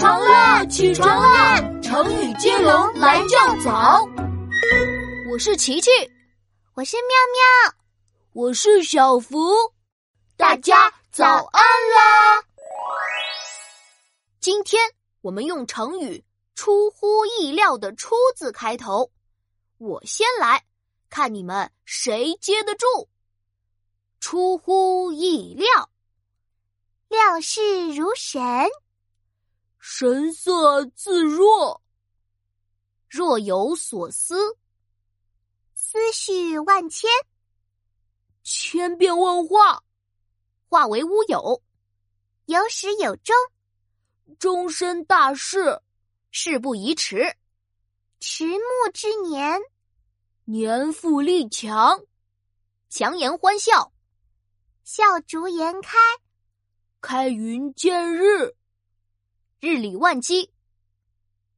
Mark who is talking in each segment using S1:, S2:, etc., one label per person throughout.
S1: 快起床啦！成语接龙来较早。我是琪琪，
S2: 我是妙妙，
S1: 我是小福，大家早安啦！今天我们用成语“出乎意料”的“出”字开头。我先来，看你们谁接得住。出乎意料，
S2: 料事如神，
S1: 神色自若，若有所思，
S2: 思绪万千，
S1: 千变万化，化为乌有，
S2: 有始有终，
S1: 终身大事，事不宜迟，
S2: 迟暮之年，
S1: 年富力强，强颜欢笑，
S2: 笑逐颜开，
S1: 开云见日，日理万机，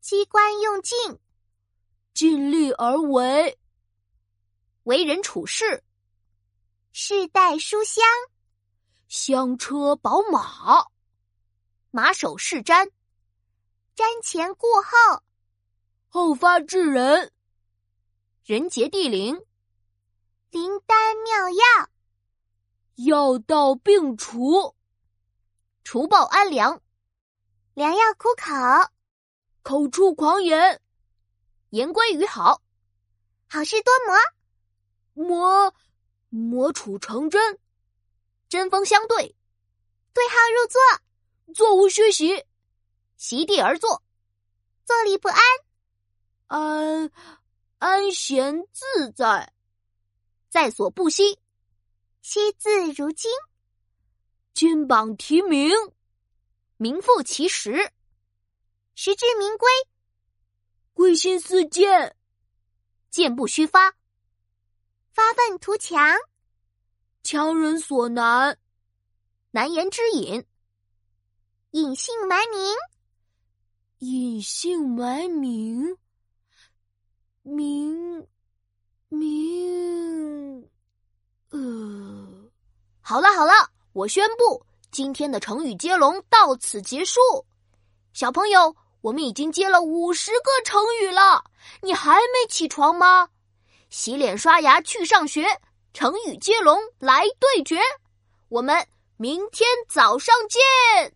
S2: 机关用尽，
S1: 尽力而为，为人处事，
S2: 世代书香，
S1: 香车宝马，马首是瞻，
S2: 瞻前顾后，
S1: 后发制人，人杰地灵，
S2: 灵丹妙药，
S1: 药到病除，除暴安良，
S2: 良药苦口，
S1: 口出狂言，言归于好，
S2: 好事多磨。
S1: 磨磨杵成针，针锋相对，
S2: 对号入座，
S1: 座无虚席，席地而坐，
S2: 坐立不安，
S1: 安安闲自在，在所不惜，
S2: 惜字如金，
S1: 金榜题名，名副其实，
S2: 实至名归，
S1: 归心似箭，箭不虚发，
S2: 发愤图强，
S1: 强人所难，难言之隐，
S2: 隐姓埋名，
S1: 隐姓埋名，名名，呃，好了好了，我宣布今天的成语接龙到此结束。小朋友，我们已经接了五十个成语了，你还没起床吗？洗脸刷牙去上学，成语接龙来对决，我们明天早上见。